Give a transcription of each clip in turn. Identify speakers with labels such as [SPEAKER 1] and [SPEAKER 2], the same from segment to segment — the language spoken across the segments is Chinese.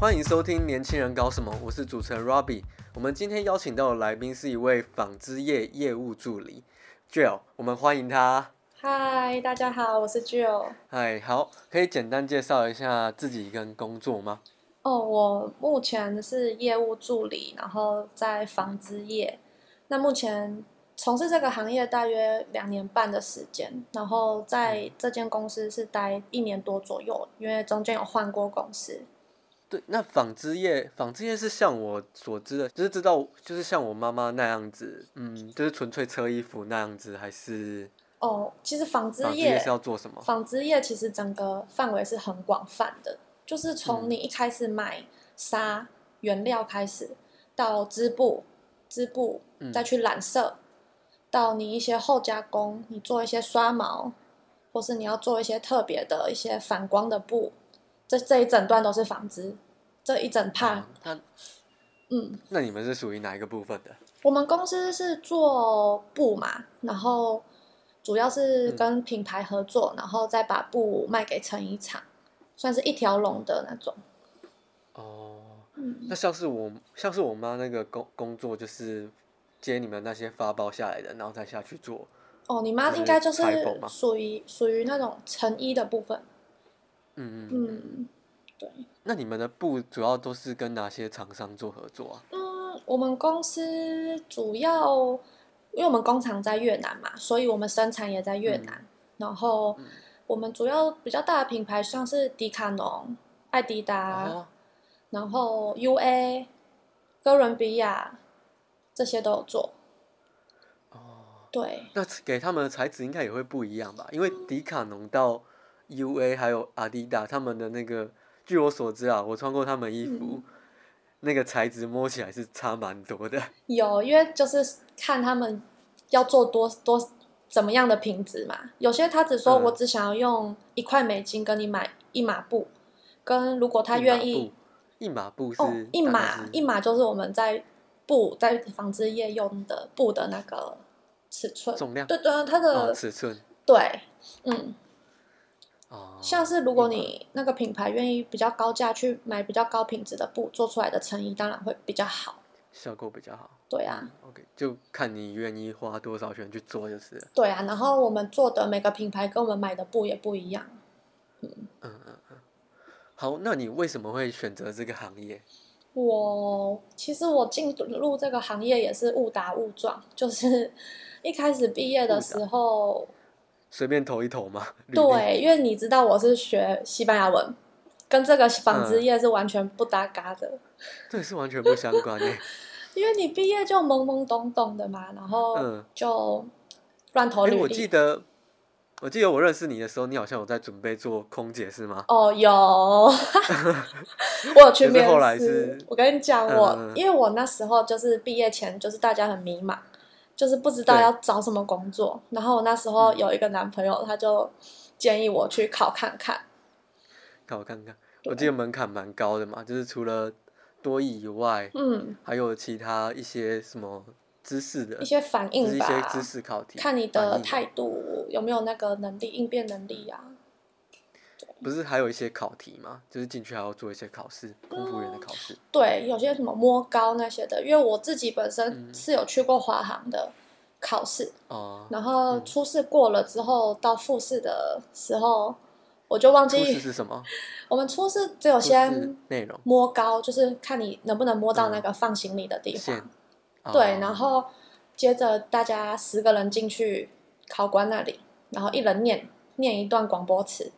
[SPEAKER 1] 欢迎收听《年轻人搞什么》，我是主持人 Robbie。我们今天邀请到的来宾是一位纺织业业务助理 Jill，我们欢迎他。
[SPEAKER 2] 嗨，大家好，我是 Jill。
[SPEAKER 1] 嗨，好，可以简单介绍一下自己跟工作吗？
[SPEAKER 2] 哦，我目前是业务助理，然后在纺织业。那目前从事这个行业大约两年半的时间，然后在这间公司是待一年多左右，因为中间有换过公司。
[SPEAKER 1] 对，那纺织业，纺织业是像我所知的，就是知道，就是像我妈妈那样子，嗯，就是纯粹车衣服那样子，还是
[SPEAKER 2] 哦，其实纺织
[SPEAKER 1] 纺织
[SPEAKER 2] 业
[SPEAKER 1] 业是要做什么？
[SPEAKER 2] 纺织业其实整个范围是很广泛的，就是
[SPEAKER 1] 嗯
[SPEAKER 2] 从你一开始买纱原料开始，到织布，织布
[SPEAKER 1] 嗯
[SPEAKER 2] 再去染色，到你一些后加工，你做一些刷毛，或是你要做一些特别的一些反光的布，这这一整段都是纺织，这一整帕
[SPEAKER 1] 啊，，那
[SPEAKER 2] 嗯，
[SPEAKER 1] 那你们是属于哪一个部分的？
[SPEAKER 2] 我们公司是做布嘛，然后主要
[SPEAKER 1] 嗯
[SPEAKER 2] 是跟品牌合作，然后再把布卖给成衣厂，算是一条龙的那种。
[SPEAKER 1] 哦，
[SPEAKER 2] 嗯，
[SPEAKER 1] 那像是我，像是我妈那个工工作，就是接你们那些发包下来的，然后再下去做。
[SPEAKER 2] 哦，你妈
[SPEAKER 1] 就是
[SPEAKER 2] 应该就是
[SPEAKER 1] 裁缝嘛
[SPEAKER 2] 属于属于那种成衣的部分。
[SPEAKER 1] 嗯嗯，
[SPEAKER 2] 嗯
[SPEAKER 1] 那你们的布主要都是跟哪些厂商做合作啊？
[SPEAKER 2] 嗯，我们公司主要因为我们工厂在越南嘛，所以我们生产也在越南。然后
[SPEAKER 1] 嗯
[SPEAKER 2] 我们主要比较大的品牌像是迪卡侬、艾迪达。
[SPEAKER 1] 哦，
[SPEAKER 2] 然后 UA、哥伦比亚这些都有做。
[SPEAKER 1] 哦，
[SPEAKER 2] 对，
[SPEAKER 1] 那给他们的材质应该也会不一样吧？因为迪卡侬到 U A 还有阿迪达他们的那个，据我所知啊，我穿过他们衣服，
[SPEAKER 2] 嗯
[SPEAKER 1] 那个材质摸起来是差蛮多的。
[SPEAKER 2] 有，因为就是看他们要做多多怎么样的品质嘛。有些他只说
[SPEAKER 1] 嗯
[SPEAKER 2] 我只想要用一块美金跟你买一码布，跟如 果他
[SPEAKER 1] 一
[SPEAKER 2] 愿
[SPEAKER 1] 码
[SPEAKER 2] 意
[SPEAKER 1] 布，一码布是、
[SPEAKER 2] 哦，一码一
[SPEAKER 1] 码
[SPEAKER 2] 码就是我们在布在纺织业用的布的那个尺寸。
[SPEAKER 1] 重量
[SPEAKER 2] 对对，它的、
[SPEAKER 1] 哦尺寸
[SPEAKER 2] 对，嗯。
[SPEAKER 1] 哦，
[SPEAKER 2] 像是如果
[SPEAKER 1] 一码
[SPEAKER 2] 你那个品牌愿意比较高价去买比较高品质的布做出来的成衣，当然会比较好。
[SPEAKER 1] 效果比较好。
[SPEAKER 2] 对啊，
[SPEAKER 1] OK，就看你愿意花多少钱去做就是了。
[SPEAKER 2] 对啊。然后我们做的每个品牌跟我们买的布也不一样。
[SPEAKER 1] 嗯嗯嗯。好，那你为什么会选择这个行业？
[SPEAKER 2] 我其实我进入这个行业也是误打误撞，就是 一开始毕业的时候，
[SPEAKER 1] 随便投一投吗？履历，
[SPEAKER 2] 对，因为你知道我是学西班牙文，跟这个纺织
[SPEAKER 1] 嗯
[SPEAKER 2] 业是完全不搭嘎的。
[SPEAKER 1] 这是完全不相 关的。
[SPEAKER 2] 因为你毕业就懵懵懂懂的嘛，然后
[SPEAKER 1] 嗯
[SPEAKER 2] 就乱投
[SPEAKER 1] 哎、
[SPEAKER 2] 履
[SPEAKER 1] 我
[SPEAKER 2] 历
[SPEAKER 1] 记。得，我记得我认识你的时候，你好像有在准备做空姐是吗？
[SPEAKER 2] 哦，有， 我有去
[SPEAKER 1] 可是后来
[SPEAKER 2] 面
[SPEAKER 1] 是
[SPEAKER 2] 试。我跟你讲，
[SPEAKER 1] 嗯
[SPEAKER 2] 我、
[SPEAKER 1] 嗯嗯
[SPEAKER 2] 因为我那时候就是毕业前，就是大家很迷茫，就是不知道
[SPEAKER 1] 对
[SPEAKER 2] 要找什么工作。然后我那时候
[SPEAKER 1] 嗯
[SPEAKER 2] 有一个男朋友，他就建议我去考看看。
[SPEAKER 1] 看我看看，
[SPEAKER 2] 对
[SPEAKER 1] 我记得门槛蛮高的嘛，就是除了多艺以外，
[SPEAKER 2] 嗯，
[SPEAKER 1] 还有其他一些什么知识的，
[SPEAKER 2] 一些反
[SPEAKER 1] 就
[SPEAKER 2] 应
[SPEAKER 1] 是一
[SPEAKER 2] 吧，
[SPEAKER 1] 些知识考题，
[SPEAKER 2] 看你
[SPEAKER 1] 反
[SPEAKER 2] 的
[SPEAKER 1] 应啊
[SPEAKER 2] 态度有没有那个能力，应变能力啊。
[SPEAKER 1] 不是还有一些考题吗？就是进去还要做一些考试，
[SPEAKER 2] 哦
[SPEAKER 1] 空服员的考试。
[SPEAKER 2] 对，有些什么摸高那些的，因为我自己本身
[SPEAKER 1] 嗯
[SPEAKER 2] 是有去过华航的考试，
[SPEAKER 1] 哦、
[SPEAKER 2] 然后
[SPEAKER 1] 嗯
[SPEAKER 2] 初试过了之后，到复试的时候，我就忘
[SPEAKER 1] 初试
[SPEAKER 2] 记
[SPEAKER 1] 是什么？
[SPEAKER 2] 我们初试只有
[SPEAKER 1] 初试
[SPEAKER 2] 先
[SPEAKER 1] 内容
[SPEAKER 2] 摸高，就是看你能不能摸到那
[SPEAKER 1] 嗯
[SPEAKER 2] 个放行李的地方。
[SPEAKER 1] 线。哦
[SPEAKER 2] 对，然后接着大家十个人进去考官那里，然后一人念念一段广播词，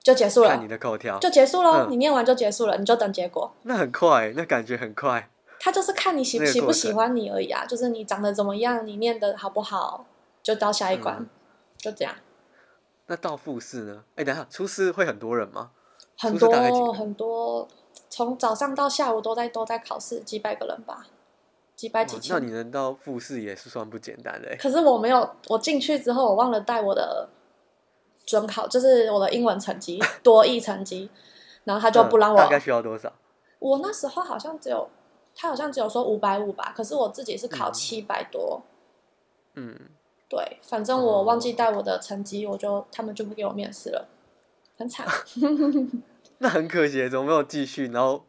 [SPEAKER 2] 就结束
[SPEAKER 1] 看
[SPEAKER 2] 了
[SPEAKER 1] 你，的口条，
[SPEAKER 2] 就结束了。
[SPEAKER 1] 嗯
[SPEAKER 2] 你念完就结束了，你就等结果。
[SPEAKER 1] 那很快，那感觉很快。
[SPEAKER 2] 他就是看你喜不
[SPEAKER 1] 那个
[SPEAKER 2] 喜
[SPEAKER 1] 过
[SPEAKER 2] 不
[SPEAKER 1] 程
[SPEAKER 2] 喜欢你而已啊，就是你长得怎么样，你念的好不好，就到下一关，
[SPEAKER 1] 嗯
[SPEAKER 2] 就这样。
[SPEAKER 1] 那到复试呢？哎、等一下，初试会很多人吗？
[SPEAKER 2] 很
[SPEAKER 1] 初试大概几个
[SPEAKER 2] 多很多，从早上到下午都在都在考试，几百个人吧，几百几
[SPEAKER 1] 哇那
[SPEAKER 2] 千。
[SPEAKER 1] 你能到复试也是算不简单的、欸。
[SPEAKER 2] 可是我没有，我进去之后我忘了带我的准考，就是我的英文成绩、 多译成绩，然后他就不让我。
[SPEAKER 1] 嗯大概需要多少？
[SPEAKER 2] 我那时候好像只有他好像只有说五百五吧，可是我自己是考
[SPEAKER 1] 嗯
[SPEAKER 2] 七百多。
[SPEAKER 1] 嗯，
[SPEAKER 2] 对，反正我
[SPEAKER 1] 哦
[SPEAKER 2] 忘记带我的成绩，我就他们就不给我面试了，很惨。
[SPEAKER 1] 那很可惜，怎么没有继续？然后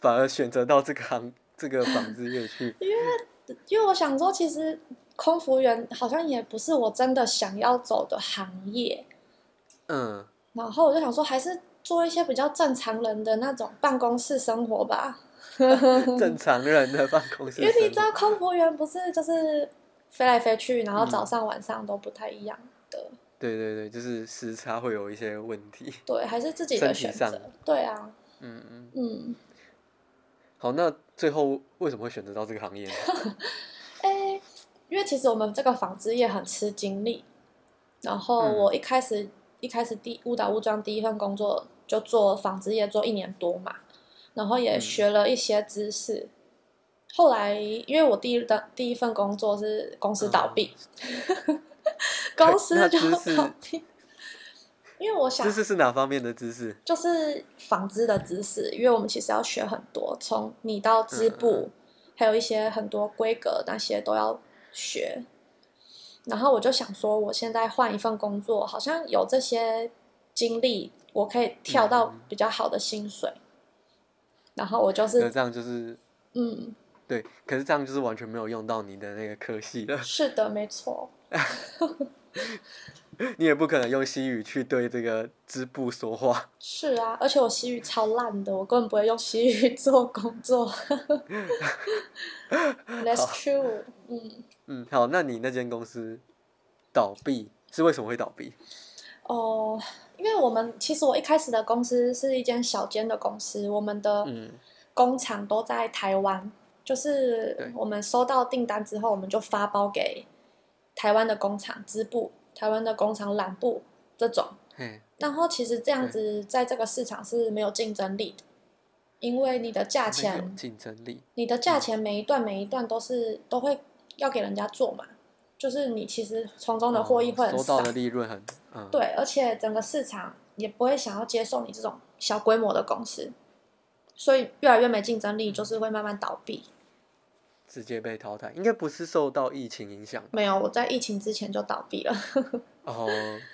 [SPEAKER 1] 反而选择到这个行这个纺织业
[SPEAKER 2] 。
[SPEAKER 1] 去
[SPEAKER 2] 因为因为我想说，其实空服员好像也不是我真的想要走的行业，
[SPEAKER 1] 嗯，
[SPEAKER 2] 然后我就想说，还是做一些比较正常人的那种办公室生活吧。
[SPEAKER 1] 正常人的办公室
[SPEAKER 2] 因
[SPEAKER 1] 生
[SPEAKER 2] 为
[SPEAKER 1] 活。
[SPEAKER 2] 你知道，空服员不是就是飞来飞去，然后
[SPEAKER 1] 嗯
[SPEAKER 2] 早上晚上都不太一样的，
[SPEAKER 1] 对对对，就是时差会有一些问题。
[SPEAKER 2] 对，还是自己
[SPEAKER 1] 身
[SPEAKER 2] 的
[SPEAKER 1] 体
[SPEAKER 2] 选
[SPEAKER 1] 上
[SPEAKER 2] 择。对啊，
[SPEAKER 1] 嗯嗯，
[SPEAKER 2] 嗯，
[SPEAKER 1] 好，那最后为什么会选择到这个行 业呢？
[SPEAKER 2] 哎、因为其实我们这个纺织业很吃精力，然后
[SPEAKER 1] 嗯
[SPEAKER 2] 我一开始、一开始第误打误撞第一份工作就做纺织业做一年多嘛，然后也
[SPEAKER 1] 嗯
[SPEAKER 2] 学了一些知识。后来，因为我第一的第一份工作是公司倒闭， 公司
[SPEAKER 1] 嗯那
[SPEAKER 2] 就
[SPEAKER 1] 知识
[SPEAKER 2] 倒闭。 因为我想
[SPEAKER 1] 知识是哪方面的知识？
[SPEAKER 2] 就是纺织的知识，因为我们其实要学很多，从你到织布，
[SPEAKER 1] 嗯
[SPEAKER 2] 还有一些很多规格那些都要学。然后我就想说，我现在换一份工作，好像有这些经历，我可以跳到
[SPEAKER 1] 嗯
[SPEAKER 2] 比较好的薪水。然后我就
[SPEAKER 1] 那
[SPEAKER 2] 是，
[SPEAKER 1] 这样就是
[SPEAKER 2] 嗯，
[SPEAKER 1] 对，可是这样就是完全没有用到你的那个科系了，
[SPEAKER 2] 是的，没错，
[SPEAKER 1] 你也不可能用西语去对这个织布说话。
[SPEAKER 2] 是啊。而且我西语超烂的，我根本不会用西语 做工 作。That's true，嗯。
[SPEAKER 1] 嗯，好，那你那间公司倒闭是为什么会倒闭？
[SPEAKER 2] 哦，因为我们其实我一开始的公司是一间小间的公司，我们的
[SPEAKER 1] 嗯
[SPEAKER 2] 工厂都在台湾，就
[SPEAKER 1] 对
[SPEAKER 2] 是我们收到订单之后，我们就发包给台湾的工厂织布、台湾的工厂染布这种。
[SPEAKER 1] 嘿，
[SPEAKER 2] 然后其实这样子在这个市场是没有竞争力的，因为你的价
[SPEAKER 1] 没有嗯
[SPEAKER 2] 钱，
[SPEAKER 1] 竞争力。
[SPEAKER 2] 你的价钱每一段每一段都是都会要给人家做嘛，就是你其实从中的获益会
[SPEAKER 1] 哦
[SPEAKER 2] 很
[SPEAKER 1] 收
[SPEAKER 2] 少。
[SPEAKER 1] 到的利润很，嗯，
[SPEAKER 2] 对，而且整个市场也不会想要接受你这种小规模的公司，所以越来越没竞争力，就是会慢慢倒闭。
[SPEAKER 1] 直接被淘汰，应该不是受到疫情影响吧
[SPEAKER 2] 没有，我在疫情之前就倒闭了。
[SPEAKER 1] 哦，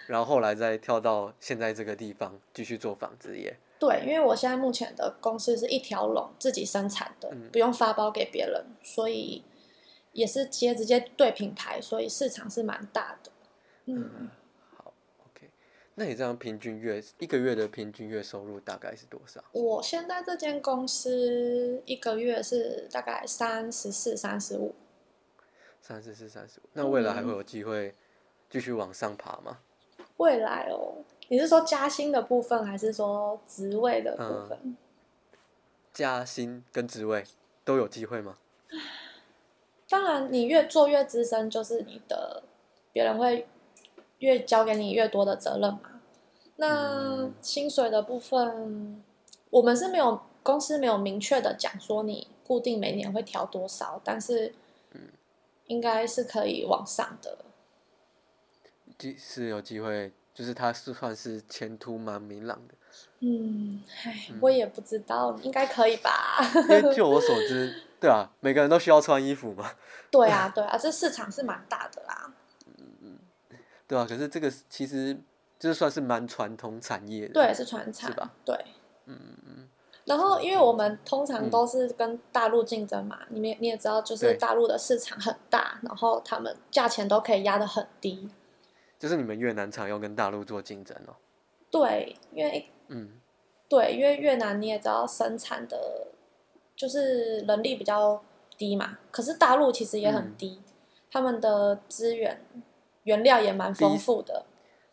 [SPEAKER 1] 然后后来再跳到现在这个地方继续做纺织业。
[SPEAKER 2] 对，因为我现在目前的公司是一条龙自己生产的
[SPEAKER 1] 嗯，
[SPEAKER 2] 不用发包给别人，所以也是直接直接对品牌，所以市场是蛮大的。嗯，
[SPEAKER 1] 好，OK，那你这样平均月一个月的平均月收入大概是多少？
[SPEAKER 2] 我现在这间公司一个月是大概三十四、三十五，
[SPEAKER 1] 三十四、三十五，那未来还
[SPEAKER 2] 嗯
[SPEAKER 1] 会有机会继续往上爬吗？
[SPEAKER 2] 未来哦，你是说加薪的部分，还是说职位的
[SPEAKER 1] 嗯
[SPEAKER 2] 部分？
[SPEAKER 1] 加薪跟职位都有机会吗？
[SPEAKER 2] 当然，你越做越资深，就是你的别人会越交给你越多的责任嘛。那
[SPEAKER 1] 嗯
[SPEAKER 2] 薪水的部分，我们是没有公司没有明确的讲说你固定每年会调多少，但是
[SPEAKER 1] 嗯
[SPEAKER 2] 应该是可以往上的。
[SPEAKER 1] 即是有机会，就是它是算是前途蛮明朗的。
[SPEAKER 2] 嗯，唉，我也不知道，应该可以吧？
[SPEAKER 1] 因 为就我所知，对啊，每个人都需要穿衣服嘛。
[SPEAKER 2] 对啊，对啊，这市场是蛮大的啦。
[SPEAKER 1] 对啊，可是这个是其实就是算是蛮传统产业的，
[SPEAKER 2] 对，是船产，
[SPEAKER 1] 是吧
[SPEAKER 2] 对，
[SPEAKER 1] 嗯，嗯嗯，
[SPEAKER 2] 然后因为我们通常都是跟大陆竞争嘛，你们也你也知道，就
[SPEAKER 1] 对
[SPEAKER 2] 是大陆的市场很大，然后他们价钱都可以压得很低。
[SPEAKER 1] 就是你们越南厂要跟大陆做竞争哦。
[SPEAKER 2] 对，因为
[SPEAKER 1] 嗯，
[SPEAKER 2] 对，因为越南你也知道生产的，就是人力比较低嘛，可是大陆其实也
[SPEAKER 1] 嗯
[SPEAKER 2] 很低，他们的资源原料也蛮丰
[SPEAKER 1] 低
[SPEAKER 2] 富的，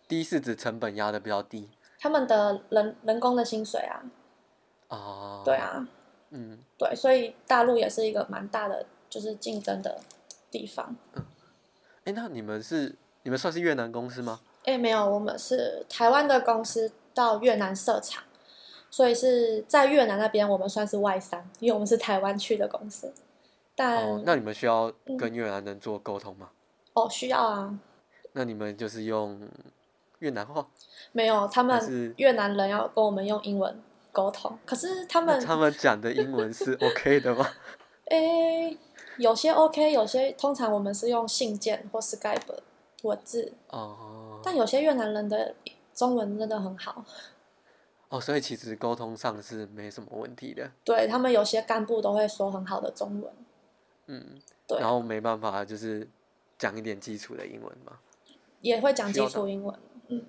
[SPEAKER 1] 低是指成本压的比较低
[SPEAKER 2] 他们的人人工的薪水啊，
[SPEAKER 1] 啊。
[SPEAKER 2] 对，啊，
[SPEAKER 1] 嗯，
[SPEAKER 2] 对，所以大陆也是一个蛮大的就是竞争的地方。
[SPEAKER 1] 哎，那你们是你们算是越南公司吗？
[SPEAKER 2] 哎，没有，我们是台湾的公司到越南设厂，所以是在越南那边我们算是外商，因为我们是台湾区的公司。但
[SPEAKER 1] 哦，那你们需要
[SPEAKER 2] 嗯
[SPEAKER 1] 跟越南人做沟通吗？
[SPEAKER 2] 哦需要啊，
[SPEAKER 1] 那你们就是用越南话，
[SPEAKER 2] 没有，他
[SPEAKER 1] 还是
[SPEAKER 2] 们越南人要跟我们用英文沟通，可是他
[SPEAKER 1] 那
[SPEAKER 2] 们
[SPEAKER 1] 他们讲的英文是 OK 的 吗？
[SPEAKER 2] 哎有些 OK，有些通常我们是用信件或 Skype 文字，
[SPEAKER 1] 哦，
[SPEAKER 2] 但有些越南人的中文真的很好。
[SPEAKER 1] 哦，所以其实沟通上是没什么问题的，
[SPEAKER 2] 对他们有些干部都会说很好的中文，
[SPEAKER 1] 嗯，
[SPEAKER 2] 对啊
[SPEAKER 1] 然后没办法就是讲一点基础的英文嘛。
[SPEAKER 2] 也会讲
[SPEAKER 1] 需要
[SPEAKER 2] 基础英文。嗯，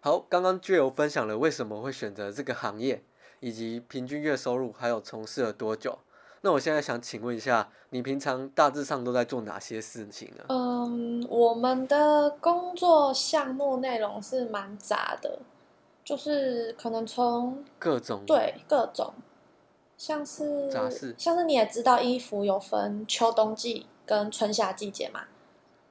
[SPEAKER 1] 好，刚刚就有分享了为什么会选择这个行业，以及平均月收入，还有从事了多久。那我现在想请问一下，你平常大致上都在做哪些事情呢？
[SPEAKER 2] 嗯，我们的工作项目内容是蛮杂的，就是可能从
[SPEAKER 1] 各种，
[SPEAKER 2] 对各种，像是
[SPEAKER 1] 杂事
[SPEAKER 2] 像是你也知道，衣服有分秋冬季跟春夏季节嘛。
[SPEAKER 1] 哦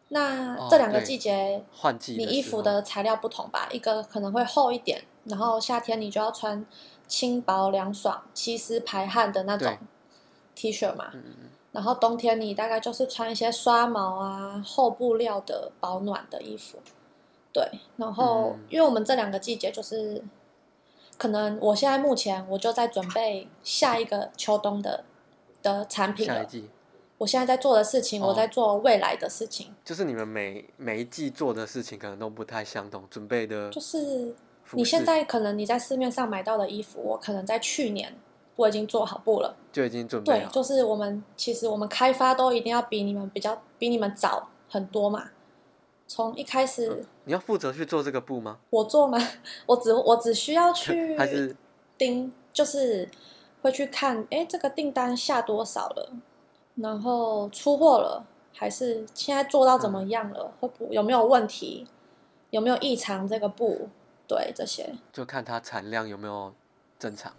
[SPEAKER 2] 那这两个
[SPEAKER 1] 对
[SPEAKER 2] 季节，
[SPEAKER 1] 换季
[SPEAKER 2] 你
[SPEAKER 1] 的
[SPEAKER 2] 衣
[SPEAKER 1] 时
[SPEAKER 2] 服
[SPEAKER 1] 候
[SPEAKER 2] 的材料不同吧？一个可能会厚一点，然后夏天你就要穿轻薄凉爽、吸湿排汗的那种
[SPEAKER 1] 对
[SPEAKER 2] T 恤嘛。
[SPEAKER 1] 嗯，嗯
[SPEAKER 2] 然后冬天你大概就是穿一些刷毛啊、厚布料的保暖的衣服，对。然后、
[SPEAKER 1] 嗯
[SPEAKER 2] 因为我们这两个季节就是，可能我现在目前我就在准备下一个秋冬的的产
[SPEAKER 1] 嗯
[SPEAKER 2] 品
[SPEAKER 1] 下一
[SPEAKER 2] 了。
[SPEAKER 1] 季
[SPEAKER 2] 我现在在做的事情，
[SPEAKER 1] 哦
[SPEAKER 2] 我在做未来的事情，
[SPEAKER 1] 就是你们每每一季做的事情可能都不太相同，准备的
[SPEAKER 2] 就是
[SPEAKER 1] 服
[SPEAKER 2] 你现
[SPEAKER 1] 饰
[SPEAKER 2] 在可能你在市面上买到的衣服，我可能在去年我已经做好布了。
[SPEAKER 1] 就已经准备
[SPEAKER 2] 对，
[SPEAKER 1] 好，
[SPEAKER 2] 就是我们其实我们开发都一定要比你们比较比你们早很多嘛。从一开始
[SPEAKER 1] 你要负责去做这个布吗？
[SPEAKER 2] 我做嘛， 我只我只需要 去
[SPEAKER 1] 还是
[SPEAKER 2] 盯，就是会去看，哎，这个订单下多少了，然后出货了，还是现在做到怎么样
[SPEAKER 1] 嗯
[SPEAKER 2] 了，会不有没有问题，有没有异常这个布，对这些，
[SPEAKER 1] 就看它产量有没有正常，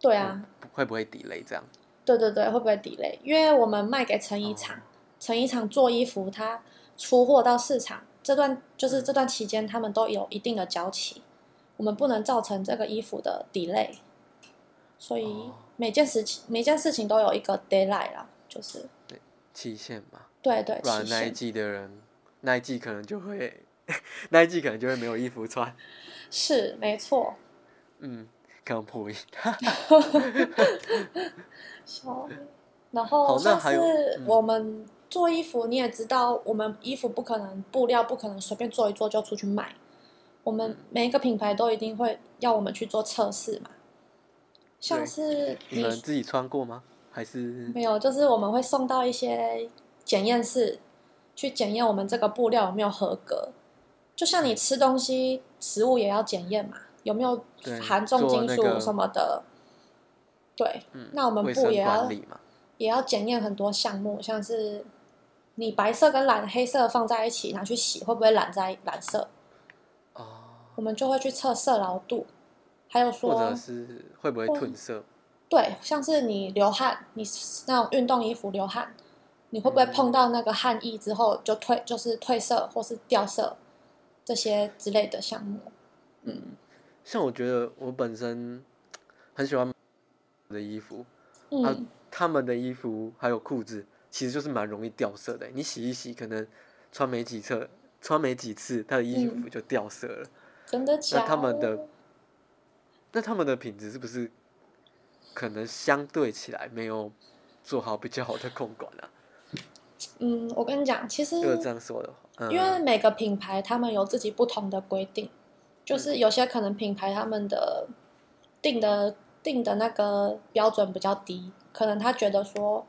[SPEAKER 2] 对啊，
[SPEAKER 1] 会不会抵雷这样？
[SPEAKER 2] 对对对，会不会 delay？因为我们卖给成衣厂
[SPEAKER 1] 哦，
[SPEAKER 2] 成衣厂做衣服，它出货到市场这段
[SPEAKER 1] 嗯
[SPEAKER 2] 就是这段期间，他们都有一定的交期，我们不能造成这个衣服的 delay，所以
[SPEAKER 1] 哦
[SPEAKER 2] 每件事情每件事情都有一个 deadline 啦，就是
[SPEAKER 1] 期限嘛，
[SPEAKER 2] 对对
[SPEAKER 1] 不然
[SPEAKER 2] 期
[SPEAKER 1] 那一
[SPEAKER 2] 限
[SPEAKER 1] 季的人，那一季可能就会， 那一季可能就会没有衣服穿，
[SPEAKER 2] 是没错。
[SPEAKER 1] 嗯，可能破音。
[SPEAKER 2] 笑然后
[SPEAKER 1] 好那
[SPEAKER 2] 像
[SPEAKER 1] 还有
[SPEAKER 2] 是
[SPEAKER 1] 嗯
[SPEAKER 2] 我们做衣服，你也知道，我们衣服不可能布料不可能随便做一做就出去卖，我
[SPEAKER 1] 嗯
[SPEAKER 2] 们每一个品牌都一定会要我们去做测试嘛。像是
[SPEAKER 1] 你
[SPEAKER 2] 你
[SPEAKER 1] 们自己穿过吗？还是
[SPEAKER 2] 没有，就是我们会送到一些检验室去检验我们这个布料有没有合格，就像你吃东西，食物也要检验嘛，有没有
[SPEAKER 1] 对
[SPEAKER 2] 含重
[SPEAKER 1] 做
[SPEAKER 2] 金
[SPEAKER 1] 那
[SPEAKER 2] 属
[SPEAKER 1] 个
[SPEAKER 2] 什么的。对，
[SPEAKER 1] 嗯，
[SPEAKER 2] 那我们
[SPEAKER 1] 卫
[SPEAKER 2] 布
[SPEAKER 1] 生
[SPEAKER 2] 也要
[SPEAKER 1] 管理嘛？
[SPEAKER 2] 也要检验很多项目，像是你白色跟蓝黑色放在一起拿去洗，会不会染在染色？
[SPEAKER 1] 哦，
[SPEAKER 2] 我们就会去测色牢度，还有
[SPEAKER 1] 或者
[SPEAKER 2] 说哦
[SPEAKER 1] 是会不会
[SPEAKER 2] 或
[SPEAKER 1] 褪色？
[SPEAKER 2] 对，像是你流汗，你那种运动衣服流汗，你会不会
[SPEAKER 1] 嗯
[SPEAKER 2] 碰到那个汗液之后就褪，就是褪色或是掉色这些之类的项目？
[SPEAKER 1] 像我觉得我本身很喜欢的衣服，
[SPEAKER 2] 嗯，
[SPEAKER 1] 啊他们的衣服还有裤子，其实就是蛮容易掉色的。欸你洗一洗，可能穿没几次，穿没几次，他的衣
[SPEAKER 2] 嗯
[SPEAKER 1] 服就掉色了。
[SPEAKER 2] 真的假
[SPEAKER 1] 那他们的那他们的品质是不是可能相对起来没有做好比较好的控管啊？
[SPEAKER 2] 嗯，我跟你讲，其实
[SPEAKER 1] 如果这样说的话，嗯、
[SPEAKER 2] 因为每个品牌他们有自己不同的规定，
[SPEAKER 1] 嗯
[SPEAKER 2] 就是有些可能品牌他们的定的定的那个标准比较低，可能他觉得说，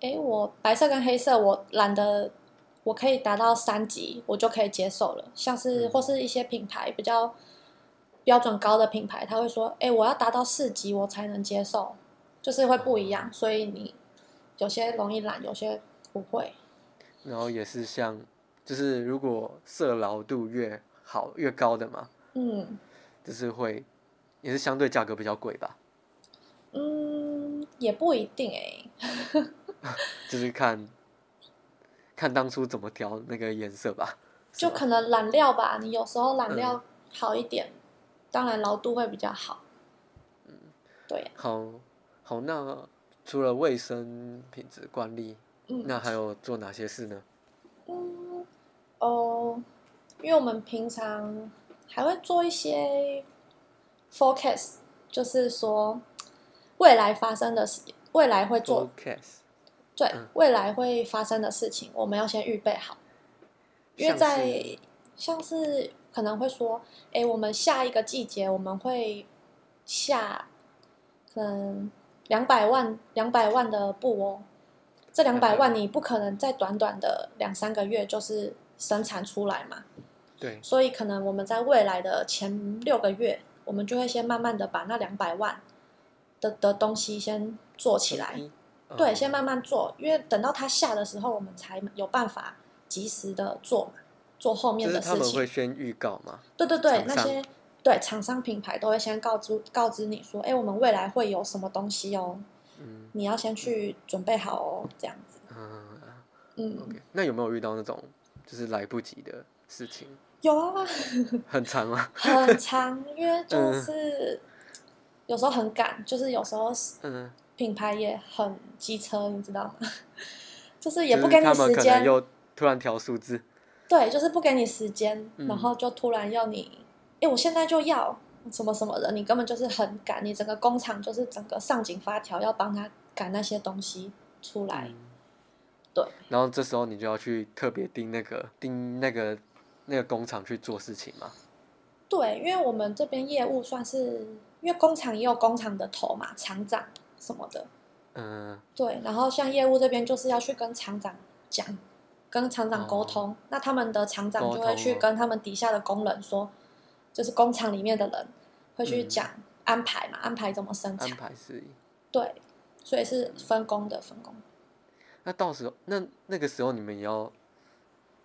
[SPEAKER 2] 诶，我白色跟黑色我懒得，我可以达到三级，我就可以接受了。像是
[SPEAKER 1] 嗯
[SPEAKER 2] 或是一些品牌比较标准高的品牌，他会说，诶，我要达到四级我才能接受，就是会不一样。所以你有些容易懒，有些不会。
[SPEAKER 1] 然后也是像，就是如果色牢度越好越高的嘛，
[SPEAKER 2] 嗯。
[SPEAKER 1] 就是会也是相对价格比较贵吧，
[SPEAKER 2] 嗯，也不一定哎、
[SPEAKER 1] 啊就是看看当初怎么调那个颜色吧，是
[SPEAKER 2] 就
[SPEAKER 1] 吗
[SPEAKER 2] 可能染料吧。你有时候染
[SPEAKER 1] 嗯
[SPEAKER 2] 料好一点，当然牢度会比较好。
[SPEAKER 1] 嗯
[SPEAKER 2] 对啊呀、
[SPEAKER 1] 好好那除了卫生品质管理，
[SPEAKER 2] 嗯
[SPEAKER 1] 那还有做哪些事呢？
[SPEAKER 2] 嗯哦，因为我们平常还会做一些 forecast，就是说未来发生的事，未来会做
[SPEAKER 1] Podcast，
[SPEAKER 2] 对
[SPEAKER 1] 哦嗯
[SPEAKER 2] 未来会发生的事情，我们要先预备好，因
[SPEAKER 1] 像
[SPEAKER 2] 为在
[SPEAKER 1] 是
[SPEAKER 2] 像是可能会说，哎，我们下一个季节我们会下，可能两百万两百万的布哦，这两百
[SPEAKER 1] 200
[SPEAKER 2] 万你不可能在短短的两三个月就是生产出来嘛，
[SPEAKER 1] 对，
[SPEAKER 2] 所以可能我们在未来的前六个月，我们就会先慢慢的把那两百万的的东西先做起来，
[SPEAKER 1] 一，嗯
[SPEAKER 2] 对，先慢慢做，因为等到它下的时候，我们才有办法及时的做嘛做后面
[SPEAKER 1] 就
[SPEAKER 2] 的
[SPEAKER 1] 是他
[SPEAKER 2] 事
[SPEAKER 1] 们
[SPEAKER 2] 情
[SPEAKER 1] 会。先预告嘛，
[SPEAKER 2] 对对对，
[SPEAKER 1] 厂
[SPEAKER 2] 那
[SPEAKER 1] 商
[SPEAKER 2] 些对厂商品牌都会先告知告知你说，哎，我们未来会有什么东西哦，
[SPEAKER 1] 嗯
[SPEAKER 2] 你要先去准备好哦，这样子。
[SPEAKER 1] 嗯
[SPEAKER 2] 嗯，
[SPEAKER 1] ，OK，那有没有遇到那种就是来不及的事情？
[SPEAKER 2] 有啊，
[SPEAKER 1] 很长啊，
[SPEAKER 2] 很长，因为就是有时候很赶，就是有时候
[SPEAKER 1] 嗯，
[SPEAKER 2] 品牌也很机车，你知道吗？ 就是 也
[SPEAKER 1] 就
[SPEAKER 2] 不
[SPEAKER 1] 是
[SPEAKER 2] 给你
[SPEAKER 1] 他们
[SPEAKER 2] 时
[SPEAKER 1] 可能
[SPEAKER 2] 间，
[SPEAKER 1] 又突然调数字，
[SPEAKER 2] 对，就是不给你时间，
[SPEAKER 1] 嗯
[SPEAKER 2] 然后就突然要你，哎、我现在就要什么什么的，你根本就是很赶，你整个工厂就是整个上紧发条，要帮他赶那些东西出来。
[SPEAKER 1] 嗯
[SPEAKER 2] 对，
[SPEAKER 1] 然后这时候你就要去特别盯那个盯那个那个工厂去做事情嘛，
[SPEAKER 2] 对，因为我们这边业务算是，因为工厂也有工厂的头嘛，厂长什么的，
[SPEAKER 1] 嗯，
[SPEAKER 2] 对，然后像业务这边就是要去跟厂长讲，跟厂长沟通，那他们的厂长
[SPEAKER 1] 哦沟
[SPEAKER 2] 就会去
[SPEAKER 1] 通哦
[SPEAKER 2] 跟他们底下的工人说，就是工厂里面的人会去
[SPEAKER 1] 嗯
[SPEAKER 2] 讲安排嘛，安排怎么生
[SPEAKER 1] 安
[SPEAKER 2] 产，
[SPEAKER 1] 排事宜。
[SPEAKER 2] 对，所以是分工的分工。
[SPEAKER 1] 那到时候那那个时候你们也要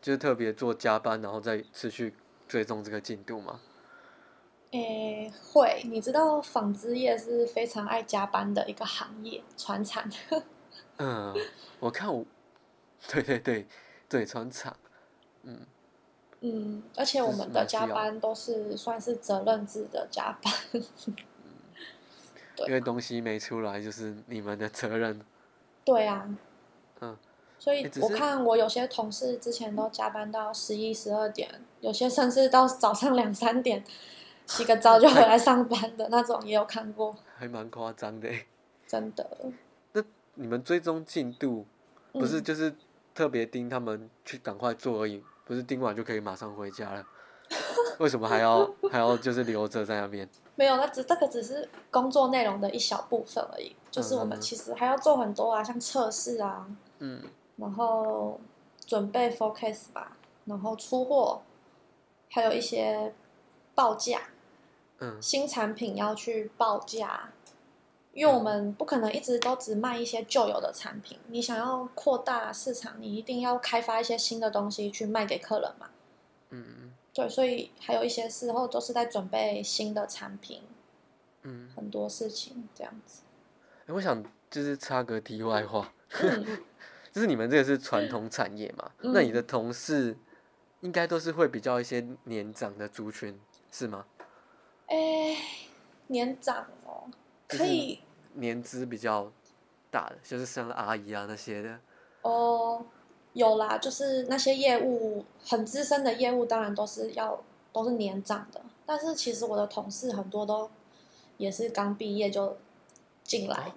[SPEAKER 1] 就是特别做加班，然后再持续追踪这个进度嘛？
[SPEAKER 2] 诶，会，你知道纺织业是非常爱加班的一个行业，传产。
[SPEAKER 1] 嗯，我看我， 对对对对，船厂，嗯，
[SPEAKER 2] 嗯，而且我
[SPEAKER 1] 是
[SPEAKER 2] 们
[SPEAKER 1] 蛮
[SPEAKER 2] 的
[SPEAKER 1] 需
[SPEAKER 2] 加
[SPEAKER 1] 要
[SPEAKER 2] 班都是算是责任制的加班。 对
[SPEAKER 1] 因为东西没出来就是你们的责任，
[SPEAKER 2] 对啊，
[SPEAKER 1] 嗯，
[SPEAKER 2] 所以
[SPEAKER 1] 欸只
[SPEAKER 2] 我
[SPEAKER 1] 是
[SPEAKER 2] 看我有些同事之前都加班到十一、十二点，有些甚至到早上两三点，洗个澡就回来上班的那种也有看过，
[SPEAKER 1] 还蛮夸张的欸。
[SPEAKER 2] 真的。
[SPEAKER 1] 你们追踪进度不是
[SPEAKER 2] 嗯、
[SPEAKER 1] 就是特别盯他们去赶快做而已，不是盯完就可以马上回家了？为什么还要还要就是留着在那边？
[SPEAKER 2] 没有，那只这个只是工作内容的一小部分而已，就是我
[SPEAKER 1] 嗯
[SPEAKER 2] 们其实还要做很多啊，像测试啊，
[SPEAKER 1] 嗯，
[SPEAKER 2] 然后准备 forecast 吧，然后出货，还有一些报价。
[SPEAKER 1] 嗯，
[SPEAKER 2] 新产品要去报价，因为我们不可能一直都只卖一些旧有的产品。你想要扩大市场，你一定要开发一些新的东西去卖给客人嘛。
[SPEAKER 1] 嗯
[SPEAKER 2] 对，所以还有一些时候都是在准备新的产品，
[SPEAKER 1] 嗯，
[SPEAKER 2] 很多事情这样子。
[SPEAKER 1] 欸我想就是插个题外话，
[SPEAKER 2] 嗯，
[SPEAKER 1] 就是你们这个是传统产业嘛？那你
[SPEAKER 2] 嗯
[SPEAKER 1] 的同事应该都是会比较一些年长的族群是吗？
[SPEAKER 2] 哎，年长哦，可以
[SPEAKER 1] 年资比较大的，就是像阿姨啊那些的，
[SPEAKER 2] 哦，有啦，就是那些业务很资深的业务，当然都是要都是年长的，但是其实我的同事很多都也是刚毕业就进来，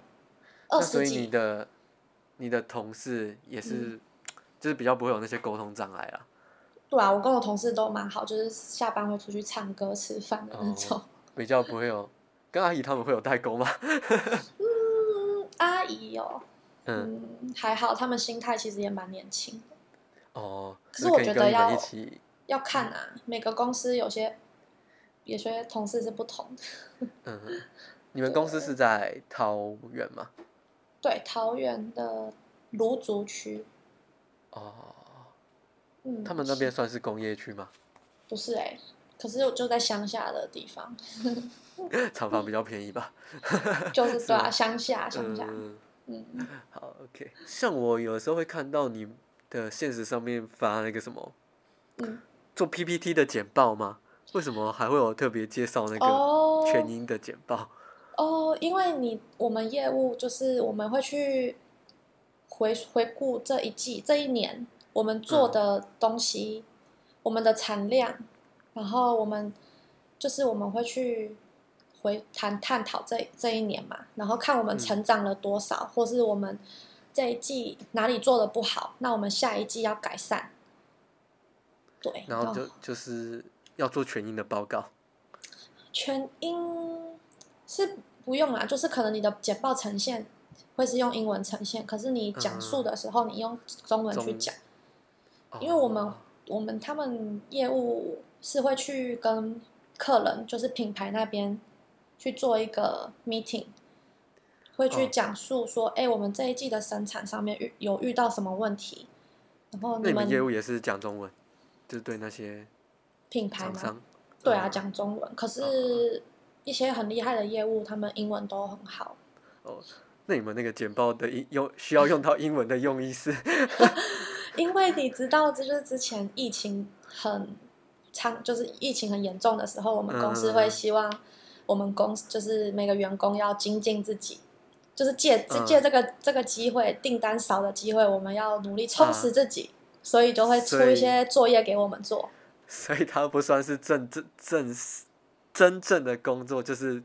[SPEAKER 1] 哦那
[SPEAKER 2] 二
[SPEAKER 1] 所以
[SPEAKER 2] 十
[SPEAKER 1] 你
[SPEAKER 2] 几，
[SPEAKER 1] 的你的同事也是，
[SPEAKER 2] 嗯
[SPEAKER 1] 就是比较不会有那些沟通障碍啦。
[SPEAKER 2] 对啊，我跟我同事都蛮好，就是下班会出去唱歌、吃饭的那种。
[SPEAKER 1] 哦比较不会有 跟阿姨他们会有代沟吗？
[SPEAKER 2] 嗯，阿姨哦，
[SPEAKER 1] 嗯，
[SPEAKER 2] 嗯，还好，他们心态其实也蛮年轻的，
[SPEAKER 1] 哦，
[SPEAKER 2] 可是
[SPEAKER 1] 就
[SPEAKER 2] 我
[SPEAKER 1] 以
[SPEAKER 2] 觉
[SPEAKER 1] 跟
[SPEAKER 2] 得
[SPEAKER 1] 你们一
[SPEAKER 2] 要
[SPEAKER 1] 起，
[SPEAKER 2] 要
[SPEAKER 1] 嗯
[SPEAKER 2] 看啊，每个公司有些有些同事是不同的。
[SPEAKER 1] 嗯，你们公司是在桃园吗？
[SPEAKER 2] 对，桃园的芦竹区，
[SPEAKER 1] 哦，
[SPEAKER 2] 嗯，
[SPEAKER 1] 他们那边算是工业区吗？
[SPEAKER 2] 不是哎、可是我就在乡下的地方，
[SPEAKER 1] 厂房比较便宜吧？
[SPEAKER 2] 就是对啊，乡下乡下，
[SPEAKER 1] 嗯，
[SPEAKER 2] 嗯，
[SPEAKER 1] 好，OK。像我有时候会看到你的现实上面发那个什么，
[SPEAKER 2] 嗯
[SPEAKER 1] 做 PPT 的简报吗？为什么还会有特别介绍那个
[SPEAKER 2] 哦
[SPEAKER 1] 全英的简报？
[SPEAKER 2] 哦，因为你我们业务就是我们会去回回顾这一季这一年我们
[SPEAKER 1] 嗯
[SPEAKER 2] 做的东西，我们的产量，然后我们就是我们会去。回谈探讨这这一年嘛，然后看我们
[SPEAKER 1] 嗯
[SPEAKER 2] 成长了多少，或是我们这一季哪里做的不好，那我们下一季要改善。对，
[SPEAKER 1] 然后就就是要做全英的报告。
[SPEAKER 2] 全英是不用啦，就是可能你的简报呈现会是用英文呈现，可是你讲述的时候你用中文去
[SPEAKER 1] 嗯中
[SPEAKER 2] 讲，
[SPEAKER 1] 哦
[SPEAKER 2] 因为我们我们他们业务是会去跟客人，就是品牌那边去做一个 meeting，会去
[SPEAKER 1] 哦
[SPEAKER 2] 讲述说，哎、我们这一季的生产上面遇有遇到什么问题，然
[SPEAKER 1] 那
[SPEAKER 2] 后你
[SPEAKER 1] 你们业
[SPEAKER 2] 们
[SPEAKER 1] 务也是讲中文，就是对那些
[SPEAKER 2] 品牌
[SPEAKER 1] 厂
[SPEAKER 2] 吗？
[SPEAKER 1] 商。
[SPEAKER 2] 对啊，
[SPEAKER 1] 嗯
[SPEAKER 2] 讲中文。可是，一些很厉害的业务，他们英文都很好。
[SPEAKER 1] 那你们那个简报的英用需要用到英文的用意是
[SPEAKER 2] 因为你知道，这就是之前疫情很长，就是疫情很严重的时候，我们公
[SPEAKER 1] 嗯
[SPEAKER 2] 司
[SPEAKER 1] 嗯
[SPEAKER 2] 会
[SPEAKER 1] 嗯
[SPEAKER 2] 希望我们公司就是每个员工要精进自己，就是借
[SPEAKER 1] 嗯
[SPEAKER 2] 借这个这个机会，订单少的机会，我们要努力充实自己，所以就会出
[SPEAKER 1] 嗯所以
[SPEAKER 2] 一些作业给我们做。
[SPEAKER 1] 所以它不算是正正正真正的工作，就是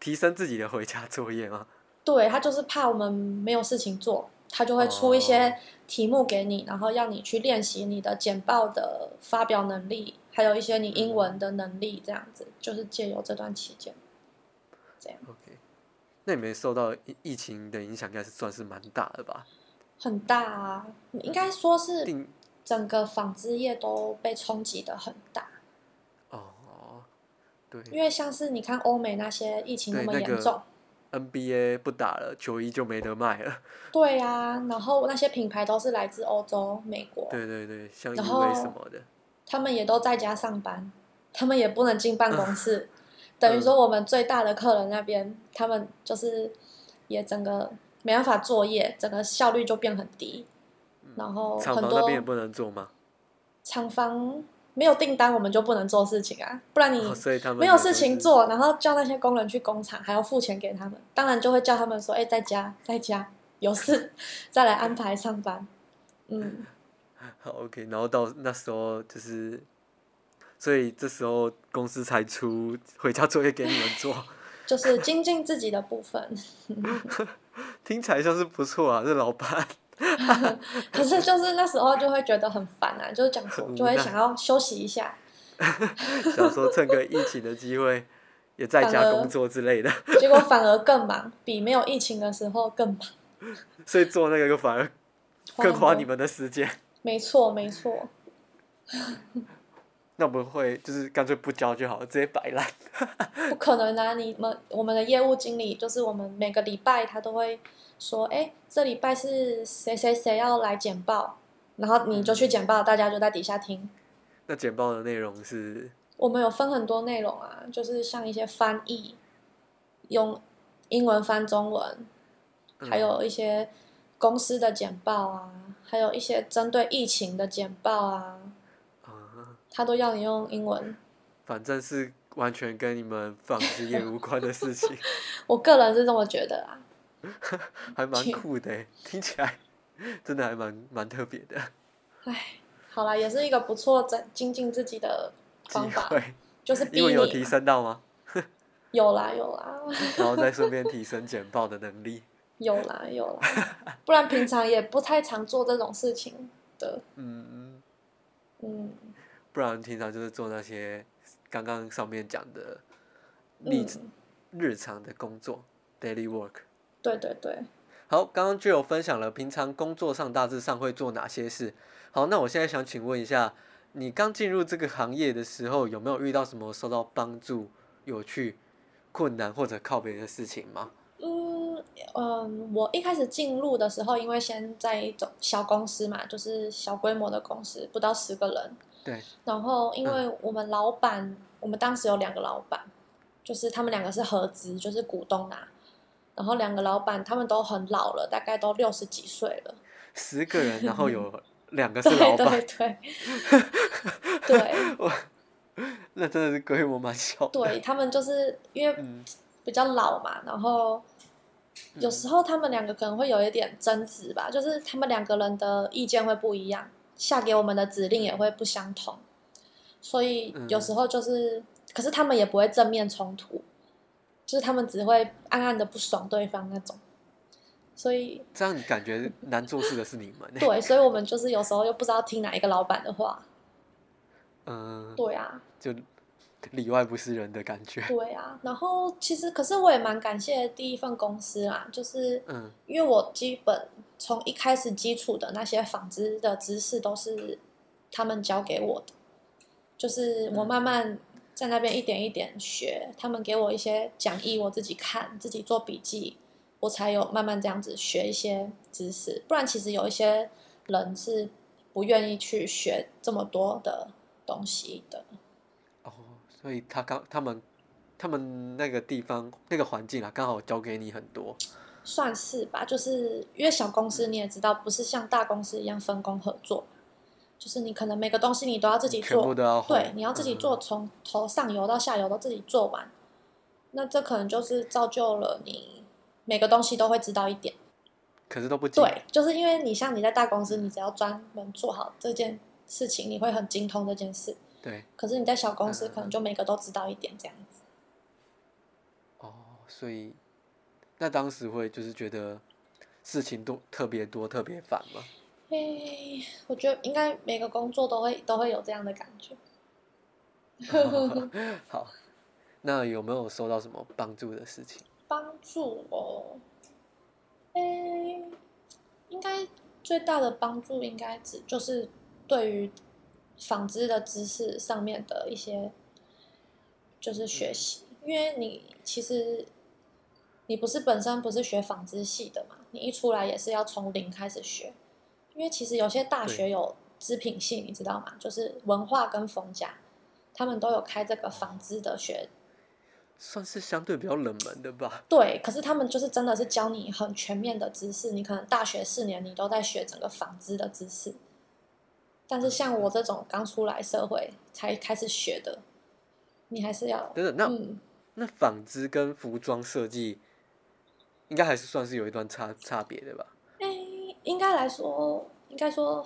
[SPEAKER 1] 提升自己的回家作业吗？
[SPEAKER 2] 对他就是怕我们没有事情做，他就会出一
[SPEAKER 1] 哦
[SPEAKER 2] 些题目给你，然后要你去练习你的简报的发表能力，还有一些你英文的能力，这样子就是借由这段期间，这样
[SPEAKER 1] OK，那你们受到疫疫情的影响，应该是算是蛮大的吧？
[SPEAKER 2] 很大啊，应该说是
[SPEAKER 1] 定
[SPEAKER 2] 整个纺织业都被冲击的很大，
[SPEAKER 1] 哦，对
[SPEAKER 2] 因为像是你看欧美那些疫情那
[SPEAKER 1] 对
[SPEAKER 2] 么
[SPEAKER 1] 那
[SPEAKER 2] 严
[SPEAKER 1] 个
[SPEAKER 2] 重，
[SPEAKER 1] ，NBA 不打了，球衣就没得卖了。
[SPEAKER 2] 对呀、啊，然后那些品牌都是来自欧洲、美国，
[SPEAKER 1] 对对对，像 e
[SPEAKER 2] 然
[SPEAKER 1] 为什
[SPEAKER 2] 后
[SPEAKER 1] 么的，
[SPEAKER 2] 他们也都在家上班，他们也不能进办
[SPEAKER 1] 啊
[SPEAKER 2] 公室，等于
[SPEAKER 1] 嗯
[SPEAKER 2] 说我们最大的客人那边，他们就是也整个没办法作业，整个效率就变很低，然后
[SPEAKER 1] 嗯厂
[SPEAKER 2] 很
[SPEAKER 1] 房那
[SPEAKER 2] 多
[SPEAKER 1] 边也不能做吗？
[SPEAKER 2] 厂房没有订单，我们就不能做事情啊，不然你
[SPEAKER 1] 哦， 所以他们
[SPEAKER 2] 没有事情
[SPEAKER 1] 也都是，
[SPEAKER 2] 做，然后叫那些工人去工厂，还要付钱给他们，当然就会叫他们说，哎、在家，在家有事 再来安排上班，嗯。
[SPEAKER 1] 好 OK，然后到那时候就是，所以这时候公司才出回家作业给你们做，
[SPEAKER 2] 就是精进自己的部分，
[SPEAKER 1] 听起来像是不错啊，这老板
[SPEAKER 2] 可是就是那时候就会觉得很烦啊，就是讲 说
[SPEAKER 1] 很无
[SPEAKER 2] 就会
[SPEAKER 1] 奈
[SPEAKER 2] 想要休息一下，
[SPEAKER 1] 想说趁个疫情的机会，也在
[SPEAKER 2] 反
[SPEAKER 1] 家工
[SPEAKER 2] 而
[SPEAKER 1] 作之类的，
[SPEAKER 2] 结果反而更忙， 比没有疫情的时候更忙。
[SPEAKER 1] 所以做那个反而更
[SPEAKER 2] 很
[SPEAKER 1] 花
[SPEAKER 2] 多
[SPEAKER 1] 你。们的时间。
[SPEAKER 2] 没错，没错，
[SPEAKER 1] 那不会就是干脆不交就好了，直接摆烂。
[SPEAKER 2] 不可能啊！你们我们的业务经理就是我们每个礼拜他都会说，哎、这礼拜是谁谁谁要来简报，然后你就去简报，大家就在底下听。
[SPEAKER 1] 那简报的内容是
[SPEAKER 2] 我们有分很多内容啊，就是像一些翻译，用英文翻中文，
[SPEAKER 1] 嗯
[SPEAKER 2] 还有一些公司的简报啊，还有一些针对疫情的简报啊，
[SPEAKER 1] 啊，
[SPEAKER 2] 他都要你用英文。
[SPEAKER 1] 反正是完全跟你们纺织业无关的 事情，
[SPEAKER 2] 我个人是这么觉得啊。
[SPEAKER 1] 还蛮
[SPEAKER 2] 切
[SPEAKER 1] 酷的欸，听起来 真的还蛮蛮特别的
[SPEAKER 2] 唉，好啦，也是一个不错增精进自己的
[SPEAKER 1] 机
[SPEAKER 2] 方法，
[SPEAKER 1] 会。
[SPEAKER 2] 就是逼
[SPEAKER 1] 因为有
[SPEAKER 2] 你
[SPEAKER 1] 提升到吗？
[SPEAKER 2] 有啦有啦
[SPEAKER 1] 然后再顺便提升简报的能力。
[SPEAKER 2] 有啦有啦，不然平常也不太常做这种事情的。
[SPEAKER 1] 嗯，
[SPEAKER 2] 嗯，
[SPEAKER 1] 不然平常就是做那些刚刚上面讲的例子、
[SPEAKER 2] 嗯
[SPEAKER 1] 日常的工作 （daily work）。
[SPEAKER 2] 对对对。
[SPEAKER 1] 好，刚刚就有分享了平常工作上大致上会做哪些事。好，那我现在想请问一下，你刚进入这个行业的时候，有没有遇到什么受到帮助、有趣、困难或者靠别的事情吗？
[SPEAKER 2] 嗯嗯，我一开始进入的时候，因为先在一种小公司嘛，就是小规模的公司，不到十个人。
[SPEAKER 1] 对，
[SPEAKER 2] 然后，
[SPEAKER 1] 嗯
[SPEAKER 2] 因为我们老板，我们当时有两个老板，就是他们两个是合资，就是股东啊。然后两个老板他们都很老了，大概都六十几岁了。
[SPEAKER 1] 十个人，然后 有两个是
[SPEAKER 2] 对
[SPEAKER 1] 老
[SPEAKER 2] 对
[SPEAKER 1] 板，
[SPEAKER 2] 对，对
[SPEAKER 1] 那真的是规模蛮小的。
[SPEAKER 2] 对，他们就是因为
[SPEAKER 1] 嗯，
[SPEAKER 2] 比较老嘛，然后有时候他们两个可能会有一点争执吧，就是他们两个人的意见会不一样，下给我们的指令也会不相同，所以有时候就是，可是他们也不会正面冲突，就是他们只会暗暗的不爽对方那种，所以
[SPEAKER 1] 这样感觉难做事的是你们、欸。
[SPEAKER 2] 对，所以我们就是有时候又不知道听哪一个老板的话，
[SPEAKER 1] 嗯、
[SPEAKER 2] 对啊，
[SPEAKER 1] 就里外不是人的感觉。
[SPEAKER 2] 对啊，然后其实可是我也蛮感谢第一份公司啦，就是
[SPEAKER 1] 嗯
[SPEAKER 2] 因为我基本从一开始基础的那些纺织的知识都是他们教给我的，就是我慢慢在那边一点一点学，他们给我一些讲义，我自己看，自己做笔记，我才有慢慢这样子学一些知识。不然其实有一些人是不愿意去学这么多的东西的。
[SPEAKER 1] 哦，所以他刚他们他们那个地方那个环境啊，刚好教给你很多。
[SPEAKER 2] 算是吧，就是因为小公司你也知道，不是像大公司一样分工合作，就是你可能每个东西你都要自己
[SPEAKER 1] 全部
[SPEAKER 2] 做，
[SPEAKER 1] 都要嗯会
[SPEAKER 2] 对，你要自己做，从头上游到下游都自己做完，那这可能就是造就了你每个东西都会知道一点。
[SPEAKER 1] 可是都不精
[SPEAKER 2] 对，就是因为你像你在大公司，你只要专门做好这件事情，你会很精通这件事，
[SPEAKER 1] 对
[SPEAKER 2] 可是你在小公
[SPEAKER 1] 嗯
[SPEAKER 2] 司
[SPEAKER 1] 嗯
[SPEAKER 2] 可能就每个都知道一点这样子。
[SPEAKER 1] 哦，所以那当时会就是觉得事情都特别多，特别烦 嘛。
[SPEAKER 2] 诶、我觉得应该每个工作都会都会有这样的感觉。
[SPEAKER 1] 好，那有没有收到什么帮助的事情？
[SPEAKER 2] 帮助哦，诶、应该最大的帮助应该只就是对于纺织的知识上面的一些就是学习，因为你其实你不是本身不是学纺织系的嘛，你一出来也是要从零开始学，因为其实有些大学
[SPEAKER 1] 对
[SPEAKER 2] 有织品系，你知道吗？就是文化跟逢甲，他们都有开这个纺织的学
[SPEAKER 1] 算是相对比较冷门的吧。
[SPEAKER 2] 对，可是他们就是真的是教你很全面的知识，你可能大学四年你都在学整个纺织的知识，但是像我这种刚出来社会才开始学的，你还是要
[SPEAKER 1] 等等，那、
[SPEAKER 2] 嗯，
[SPEAKER 1] 那纺织跟服装设计，应该还是算是有一段差差别的吧？
[SPEAKER 2] 哎、应该来说，应该说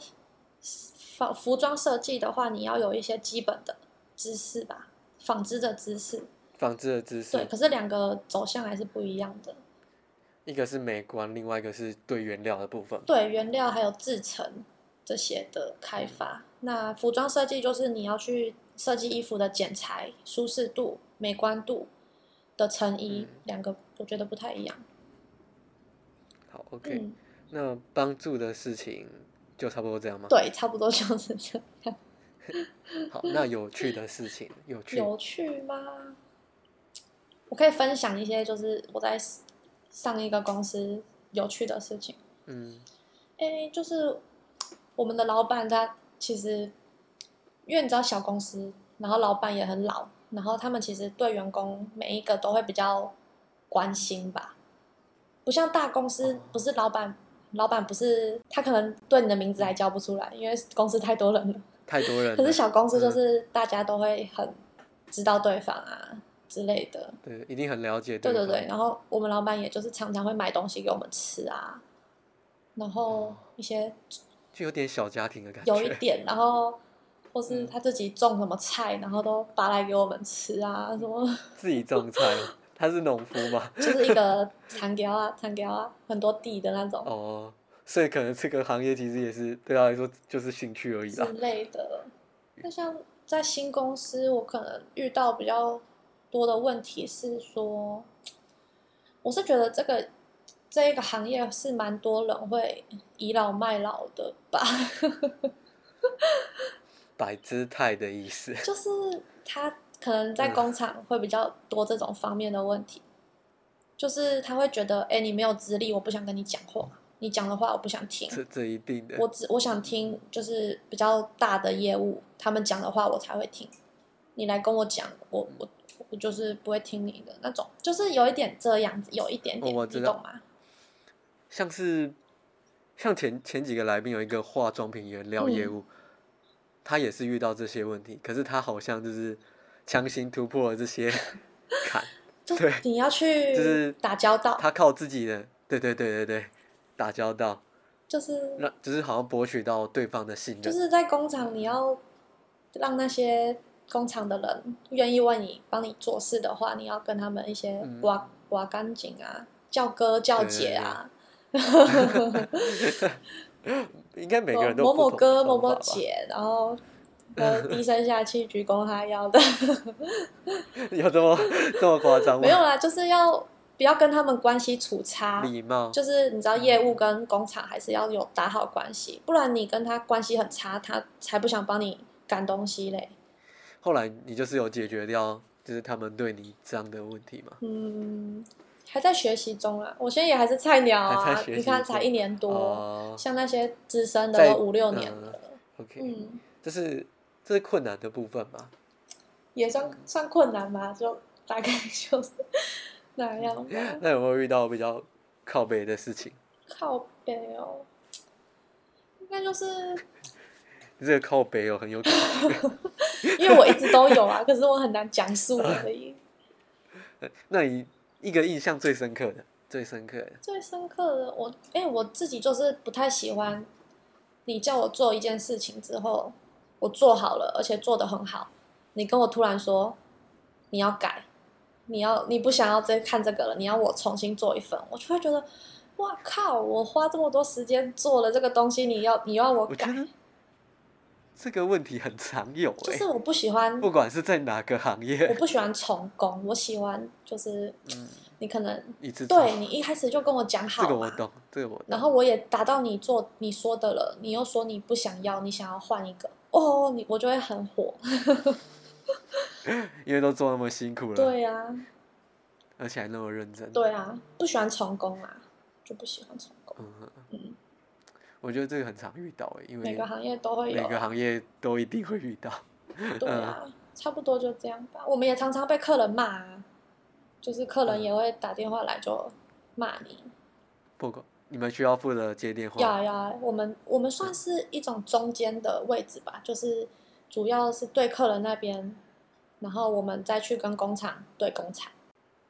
[SPEAKER 2] 服服装设计的话，你要有一些基本的知识吧，纺织的知识，
[SPEAKER 1] 纺织的知识，
[SPEAKER 2] 对，可是两个走向还是不一样的，
[SPEAKER 1] 一个是美观，另外一个是对原料的部分。
[SPEAKER 2] 对原料还有制成这些的开发。那服装设计就是你要去设计衣服的剪裁、舒适度、美观度的成衣，两个我觉得不太一样。
[SPEAKER 1] 好，OK，、
[SPEAKER 2] 嗯，
[SPEAKER 1] 那帮助的事情就差不多这样吗？
[SPEAKER 2] 对，差不多就是这样。
[SPEAKER 1] 好，那有趣的事情，有趣，
[SPEAKER 2] 有趣吗？我可以分享一些，就是我在上一个公司有趣的事情。
[SPEAKER 1] 嗯，
[SPEAKER 2] 诶，就是我们的老板他其实，因为你知道小公司，然后老板也很老，然后他们其实对员工每一个都会比较关心吧，不像大公司
[SPEAKER 1] 哦，
[SPEAKER 2] 不是老板，老板不是他可能对你的名字还叫不出来，因为公司太多人了。
[SPEAKER 1] 太多人了。
[SPEAKER 2] 可是小公司就是大家都会很知道对方啊之类的，
[SPEAKER 1] 对，一定很了解
[SPEAKER 2] 对
[SPEAKER 1] 对
[SPEAKER 2] 对
[SPEAKER 1] 方
[SPEAKER 2] 对，，然后我们老板也就是常常会买东西给我们吃啊，然后一些
[SPEAKER 1] 就有点小家庭的感觉。
[SPEAKER 2] 有一点，然后或是
[SPEAKER 1] 嗯
[SPEAKER 2] 他自己种什么菜，然后都拔来给我们吃啊，什么
[SPEAKER 1] 自己种菜，他是农夫嘛？
[SPEAKER 2] 就是一个长条啊、长条啊，很多地的那种
[SPEAKER 1] 哦，所以可能这个行业其实也是对他来说就是兴趣而已
[SPEAKER 2] 之
[SPEAKER 1] 啦。
[SPEAKER 2] 类的。那像在新公司，我可能遇到比较多的问题是说，我是觉得这个这一个行业是蛮多人会倚老卖老的吧。
[SPEAKER 1] 摆姿态的意思。
[SPEAKER 2] 就是他可能
[SPEAKER 1] 嗯
[SPEAKER 2] 在工厂会比较多这种方面的问题，就是他会觉得，哎、你没有资历，我不想跟你讲话，你讲的话我不想听，
[SPEAKER 1] 这这一定的
[SPEAKER 2] 我只我想听就是比较大的业务，他们讲的话我才会听，你来跟我讲，我我我就是不会听你的那种，就是有一点这样子，有一点点，
[SPEAKER 1] 哦我
[SPEAKER 2] 你
[SPEAKER 1] 知道
[SPEAKER 2] 懂吗？
[SPEAKER 1] 像是像前前几个来宾有一个化妆品原料业
[SPEAKER 2] 嗯
[SPEAKER 1] 务，他也是遇到这些问题，可是他好像就是强行突破了这些 坎，
[SPEAKER 2] 就
[SPEAKER 1] 对
[SPEAKER 2] 你要
[SPEAKER 1] 就是
[SPEAKER 2] 去打交道，
[SPEAKER 1] 他靠自己的，对对对对对，打交道，
[SPEAKER 2] 就是
[SPEAKER 1] 让就是好像博取到对方的信
[SPEAKER 2] 就
[SPEAKER 1] 任，
[SPEAKER 2] 是在工厂，你要让那些工厂的人愿意为你帮你做事的话，你要跟他们一些
[SPEAKER 1] 嗯
[SPEAKER 2] 挖挖干净啊，叫哥叫姐啊，
[SPEAKER 1] 应该每个人都有
[SPEAKER 2] 某某
[SPEAKER 1] 不同
[SPEAKER 2] 哥
[SPEAKER 1] 的
[SPEAKER 2] 某
[SPEAKER 1] 方
[SPEAKER 2] 某
[SPEAKER 1] 法吧，
[SPEAKER 2] 姐，然后我低声下气鞠躬哈腰 的，
[SPEAKER 1] 有这么这么夸张吗？
[SPEAKER 2] 没有啦，就是要不要跟他们关系处差，
[SPEAKER 1] 礼貌，
[SPEAKER 2] 就是你知道业务跟工厂还是要有打好关系，不然你跟他关系很差，他才不想帮你赶东西嘞。
[SPEAKER 1] 后来你就是有解决掉，就是他们对你这样的问题嘛？
[SPEAKER 2] 嗯，还在学习中啊，我现在也还是菜鸟
[SPEAKER 1] 还
[SPEAKER 2] 啊
[SPEAKER 1] 在，学习
[SPEAKER 2] 你看才一年多，
[SPEAKER 1] 哦
[SPEAKER 2] 像那些资深的
[SPEAKER 1] 在
[SPEAKER 2] 都五六年了，
[SPEAKER 1] ，OK，、
[SPEAKER 2] 嗯，
[SPEAKER 1] 这是这是困难的部分嘛？
[SPEAKER 2] 也算算困难吧，就大概就是那样 吧。
[SPEAKER 1] 那有没有遇到比较靠北的事情？
[SPEAKER 2] 靠背哦，应该就是
[SPEAKER 1] 你这个靠北哦，很有感 觉。
[SPEAKER 2] 因为我一直都有啊，可是我很难讲述而已。
[SPEAKER 1] 那你一个印象最深刻的，最深刻的，
[SPEAKER 2] 最深刻的我，哎、我自己就是不太喜欢你叫我做一件事情之后，我做好了，而且做得很好，你跟我突然说你要改，你要你不想要再看这个了，你要我重新做一份，我就会觉得。哇靠！我花这么多时间做了这个东西，你要你要我
[SPEAKER 1] 我
[SPEAKER 2] 改
[SPEAKER 1] 觉，得这个问题很常有
[SPEAKER 2] 就
[SPEAKER 1] 哎、
[SPEAKER 2] 是我不喜欢，
[SPEAKER 1] 不管是在哪个行
[SPEAKER 2] 我
[SPEAKER 1] 业，
[SPEAKER 2] 不喜欢重工，我喜欢就是
[SPEAKER 1] 嗯，
[SPEAKER 2] 你可能
[SPEAKER 1] 一直
[SPEAKER 2] 对你一开始就跟我讲好啊
[SPEAKER 1] 这
[SPEAKER 2] 嘛，
[SPEAKER 1] 个我懂，这个我懂。
[SPEAKER 2] 然后我也达到你做你说的了，你又说你不想要，你想要换一个，哦，你我就会很火。
[SPEAKER 1] 因为都做那么辛苦了，
[SPEAKER 2] 对啊，
[SPEAKER 1] 而且还那么认真，
[SPEAKER 2] 对啊，不喜欢成功啊，就不喜欢成功。
[SPEAKER 1] 嗯，
[SPEAKER 2] 嗯，
[SPEAKER 1] 我觉得这个很常遇到哎、因为
[SPEAKER 2] 每个行业都会有
[SPEAKER 1] 每
[SPEAKER 2] 啊，
[SPEAKER 1] 个行嗯业都一定会遇到。
[SPEAKER 2] 对啊，差不多就这样吧。我们也常常被客人骂啊，就是客
[SPEAKER 1] 嗯
[SPEAKER 2] 人也会打电话来就骂你。
[SPEAKER 1] 不管你们需要负责接电
[SPEAKER 2] 要
[SPEAKER 1] 话，
[SPEAKER 2] 啊要啊，我们我们算是一种中间的位置吧，就是主要是对客人那边，然后我们再去跟工厂对工厂，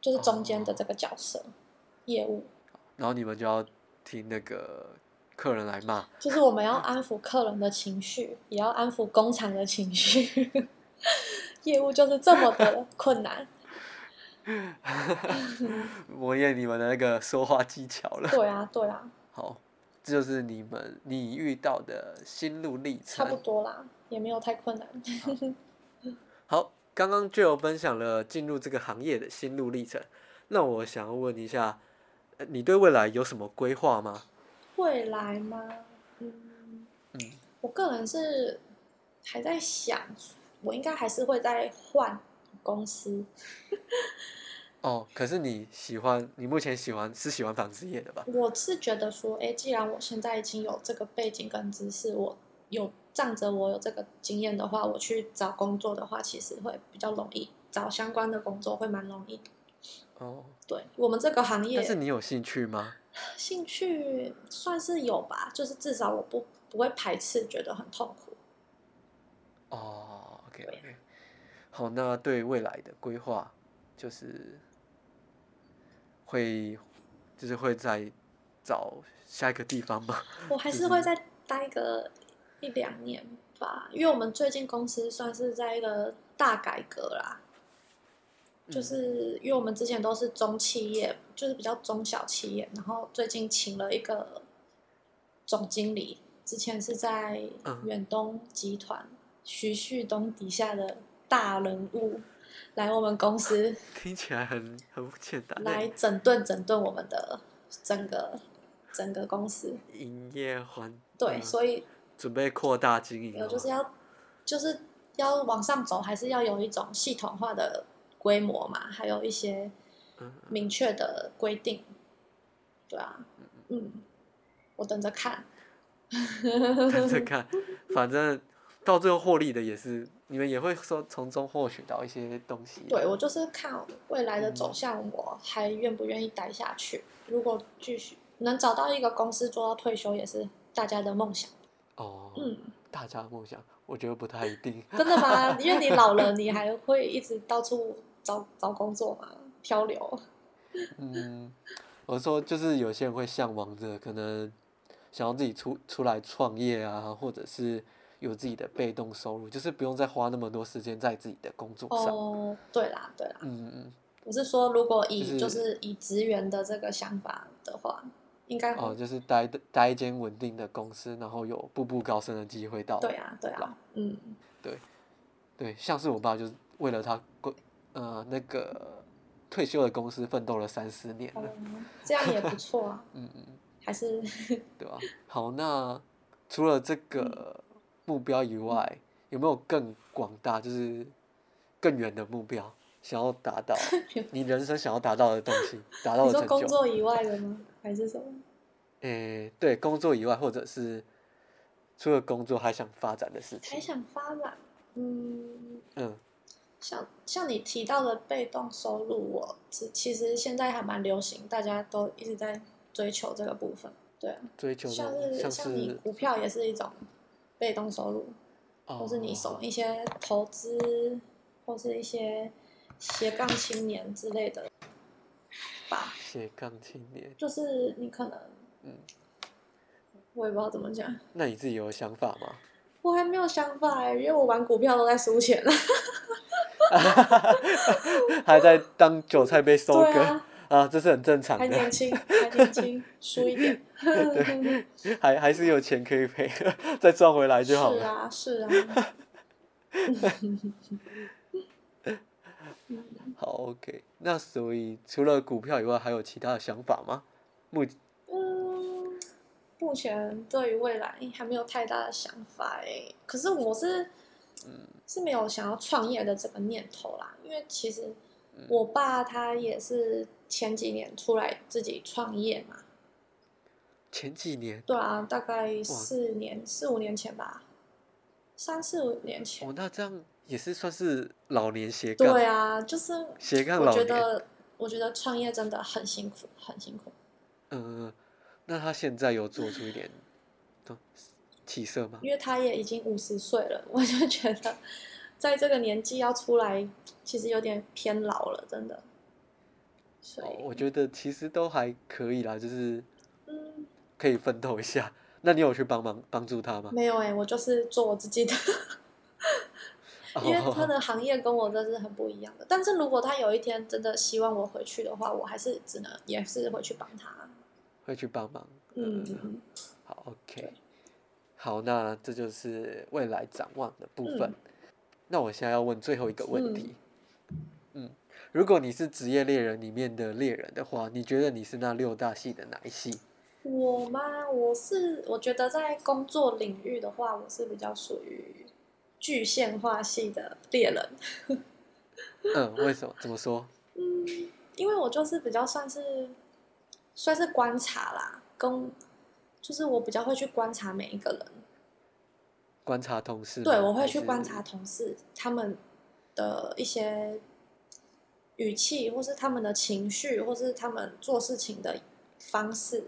[SPEAKER 2] 就是中间的这个角色，业务
[SPEAKER 1] 然后你们就要听那个客人来骂，
[SPEAKER 2] 就是我们要安抚客人的情绪，也要安抚工厂的情绪， 业务就是这么的困难。
[SPEAKER 1] 磨练你们的那个说话技巧了。
[SPEAKER 2] 对啊对啊，
[SPEAKER 1] 好，这就是你们你遇到的心路历
[SPEAKER 2] 差不
[SPEAKER 1] 程。
[SPEAKER 2] 多啦，也没有太困难。
[SPEAKER 1] 好，刚刚就有分享了进入这个行业的心路历程，那我想要问一下，呃你对未来有什么规划吗？
[SPEAKER 2] 未来吗？嗯，
[SPEAKER 1] 嗯，
[SPEAKER 2] 我个人是还在想，我应该还是会再换公司。
[SPEAKER 1] 哦，可是你喜欢，你目前喜欢是喜欢纺织业的吧？
[SPEAKER 2] 我是觉得说，哎，既然我现在已经有这个背景跟知识，我有仗着我有这个经验的话，我去找工作的话，其实会比较容易，找相关的工作会蛮容易的。
[SPEAKER 1] 哦，
[SPEAKER 2] 对我们这个行业
[SPEAKER 1] 但，是你有兴趣吗？
[SPEAKER 2] 兴趣算是有吧，就是至少我不不会排斥，觉得很痛苦。
[SPEAKER 1] 哦，OK
[SPEAKER 2] 对啊
[SPEAKER 1] OK，好，那对未来的规划就是会就是会在找下一个地方吗？
[SPEAKER 2] 我还是会再待个一两年吧，因为我们最近公司算是在一个大改革啦，
[SPEAKER 1] 嗯
[SPEAKER 2] 就是因为我们之前都是中企业，就是比较中小企业，然后最近请了一个总经理，之前是在
[SPEAKER 1] 嗯
[SPEAKER 2] 远东集团徐旭东底下的大人物来我们公司
[SPEAKER 1] 听起来很很简单欸，
[SPEAKER 2] 来整顿整顿我们的整个整个公司，
[SPEAKER 1] 营业环
[SPEAKER 2] 对，
[SPEAKER 1] 嗯
[SPEAKER 2] 所以
[SPEAKER 1] 准备扩大经营哦
[SPEAKER 2] 有
[SPEAKER 1] 了
[SPEAKER 2] 就是
[SPEAKER 1] 吗
[SPEAKER 2] 要就是要往上走，还是要有一种系统化的规模嘛，还有一些
[SPEAKER 1] 嗯
[SPEAKER 2] 明确的规定。对啊，嗯，我等着看。
[SPEAKER 1] 等着嗯 看，反正到最后获利的也是你们也会说从中获取到一些东西的。
[SPEAKER 2] 对我就是看未来的走向，我还愿不愿意待下去。如果继续能找到一个公司做到退休，也是大家的梦想。
[SPEAKER 1] 哦，
[SPEAKER 2] 嗯，
[SPEAKER 1] 大家的梦想，我觉得不太一定。
[SPEAKER 2] 真的 吗？因为你老了，你还会一直到处找找工作嘛，漂流。
[SPEAKER 1] 嗯，我说就是有些人会向往着可能想要自己出出来创业啊，或者是有自己的被动收入，就是不用再花那么多时间在自己的工作上。
[SPEAKER 2] 哦，对啦，对啦。
[SPEAKER 1] 嗯嗯，
[SPEAKER 2] 我是说，如果
[SPEAKER 1] 就
[SPEAKER 2] 以
[SPEAKER 1] 是
[SPEAKER 2] 就是以职员的这个想法的话，应该
[SPEAKER 1] 哦，就是待待一间稳定的公司，然后有步步高升的机会到。
[SPEAKER 2] 对啊，对啊，嗯，
[SPEAKER 1] 对，像是我爸就是为了他工呃那个退休的公司奋斗了三四年了，
[SPEAKER 2] 嗯这样也不错啊，
[SPEAKER 1] 嗯嗯，
[SPEAKER 2] 还是
[SPEAKER 1] 对吧、好，那除了这
[SPEAKER 2] 嗯
[SPEAKER 1] 个目标以外，有没有更广大，就是更远的目标想要达到
[SPEAKER 2] 远？
[SPEAKER 1] 你人生想要达到的东西，达到
[SPEAKER 2] 你
[SPEAKER 1] 的
[SPEAKER 2] 说
[SPEAKER 1] 成
[SPEAKER 2] 工
[SPEAKER 1] 就？
[SPEAKER 2] 作以外的吗？还是什么？
[SPEAKER 1] 诶、对，工作以外，或者是除了工作还想发展的事
[SPEAKER 2] 还
[SPEAKER 1] 情。
[SPEAKER 2] 想发展？嗯，
[SPEAKER 1] 嗯，
[SPEAKER 2] 像像你提到的被动收入，我其其实现在还蛮流行，大家都一直在追求这个部分。对啊，
[SPEAKER 1] 追求
[SPEAKER 2] 像
[SPEAKER 1] 的
[SPEAKER 2] 是
[SPEAKER 1] 像
[SPEAKER 2] 像你
[SPEAKER 1] 是
[SPEAKER 2] 股票也是一种被动收入，
[SPEAKER 1] 哦，
[SPEAKER 2] 或是你什么一些投资，或是一些斜杠青年之类的吧。
[SPEAKER 1] 斜杠青年。
[SPEAKER 2] 就是你可能，
[SPEAKER 1] 嗯，
[SPEAKER 2] 我也不知道怎么讲，
[SPEAKER 1] 那你自己有想法吗？
[SPEAKER 2] 我还没有想法欸，因为我玩股票都在输钱啊了。
[SPEAKER 1] 还在当韭菜被收
[SPEAKER 2] 对
[SPEAKER 1] 割
[SPEAKER 2] 啊，
[SPEAKER 1] 啊，这是很正常
[SPEAKER 2] 还年
[SPEAKER 1] 的，
[SPEAKER 2] 轻，还年轻，输 一点。
[SPEAKER 1] 还还是有钱可以赔， 再赚回来就好
[SPEAKER 2] 是
[SPEAKER 1] 了。
[SPEAKER 2] 啊，是啊。嗯
[SPEAKER 1] 好，OK。那所以除了股票以外，还有其他的想法吗？目
[SPEAKER 2] 嗯，目前对于未来还没有太大的想法诶，可是我是，
[SPEAKER 1] 嗯
[SPEAKER 2] 是没有想要创业的这个念头啦，因为其实
[SPEAKER 1] 嗯
[SPEAKER 2] 我爸他也是前几年出来自己创业嘛，
[SPEAKER 1] 前几年，
[SPEAKER 2] 对啊，大概四年四五年前吧，三四五年前，
[SPEAKER 1] 哦，那这样也是算是老年斜杠，
[SPEAKER 2] 对啊，就是
[SPEAKER 1] 斜杠
[SPEAKER 2] 我
[SPEAKER 1] 老
[SPEAKER 2] 觉
[SPEAKER 1] 年。
[SPEAKER 2] 得我觉得创业真的很辛苦，很辛苦。
[SPEAKER 1] 嗯、那他现在有做出一点嗯起色吗？
[SPEAKER 2] 因为他也已经五十岁了，我就觉得在这个年纪要出来，其实有点偏老了，真的。所
[SPEAKER 1] 哦
[SPEAKER 2] 以，
[SPEAKER 1] 我觉得其实都还可以啦，就是
[SPEAKER 2] 嗯，
[SPEAKER 1] 可以奋斗一下。那你有去帮忙帮助他吗？
[SPEAKER 2] 没有哎、我就是做我自己的，因为他
[SPEAKER 1] 哦
[SPEAKER 2] 的行业跟我这是很不一样的。但是如果他有一天真的希望我回去的话，我还是只能也是回去帮他。
[SPEAKER 1] 会去帮忙。
[SPEAKER 2] 嗯，
[SPEAKER 1] 好，OK，
[SPEAKER 2] 对
[SPEAKER 1] 好，那这就是未来展望的部分。
[SPEAKER 2] 嗯
[SPEAKER 1] 那我现在要问最后一个问题，嗯如果你是职业猎人里面的猎人的话，你觉得你是那六大系的哪一系？
[SPEAKER 2] 我嘛，我是我觉得在工作领域的话，我是比较属于具现化系的猎人。
[SPEAKER 1] 嗯，为什么？怎么说？
[SPEAKER 2] 嗯，因为我就是比较算是算是观察啦，跟就是我比较会去观察每一个人，
[SPEAKER 1] 观察同事吗？
[SPEAKER 2] 对我
[SPEAKER 1] 还
[SPEAKER 2] 会去
[SPEAKER 1] 是
[SPEAKER 2] 观察。同事他们的一些语气，或是他们的情绪，或是他们做事情的方式，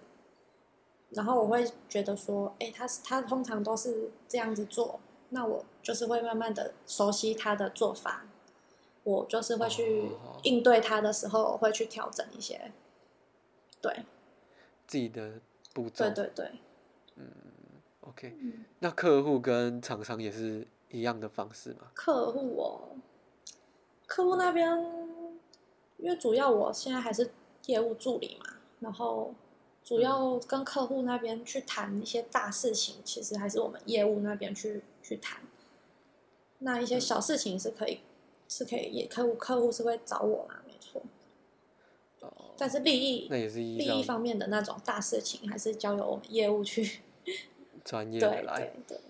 [SPEAKER 2] 然后我会觉得说，哎，他是他通常都是这样子做，那我就是会慢慢的熟悉他的做法，我就是会去
[SPEAKER 1] 哦
[SPEAKER 2] 应对他的时候，我会去调整一些，对
[SPEAKER 1] 自己的步骤。
[SPEAKER 2] 对对对，
[SPEAKER 1] OK，那客户跟厂商也是一样的方式吗？
[SPEAKER 2] 客户哦，客户那边，因为主要我现在还是业务助理嘛，然后主要跟客户那边去谈一些大事情，其实还是我们业务那边去去谈。那一
[SPEAKER 1] 嗯
[SPEAKER 2] 些小事情是可以，是可以，也客户客户是会找我嘛，没错。
[SPEAKER 1] 哦，
[SPEAKER 2] 但是利益
[SPEAKER 1] 那也是依
[SPEAKER 2] 利益
[SPEAKER 1] 照
[SPEAKER 2] 方面的那种大事情，还是交由我们业务去。
[SPEAKER 1] 专业
[SPEAKER 2] 对
[SPEAKER 1] 的来
[SPEAKER 2] 对。对，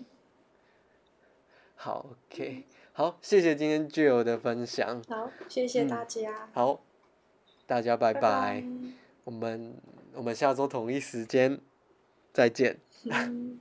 [SPEAKER 1] 好，OK，好，谢谢今天 j i 的分享。
[SPEAKER 2] 好，谢谢
[SPEAKER 1] 嗯
[SPEAKER 2] 大家，
[SPEAKER 1] 好，大家拜拜，
[SPEAKER 2] 拜
[SPEAKER 1] 我们我们下周同一时间再见。
[SPEAKER 2] 拜。嗯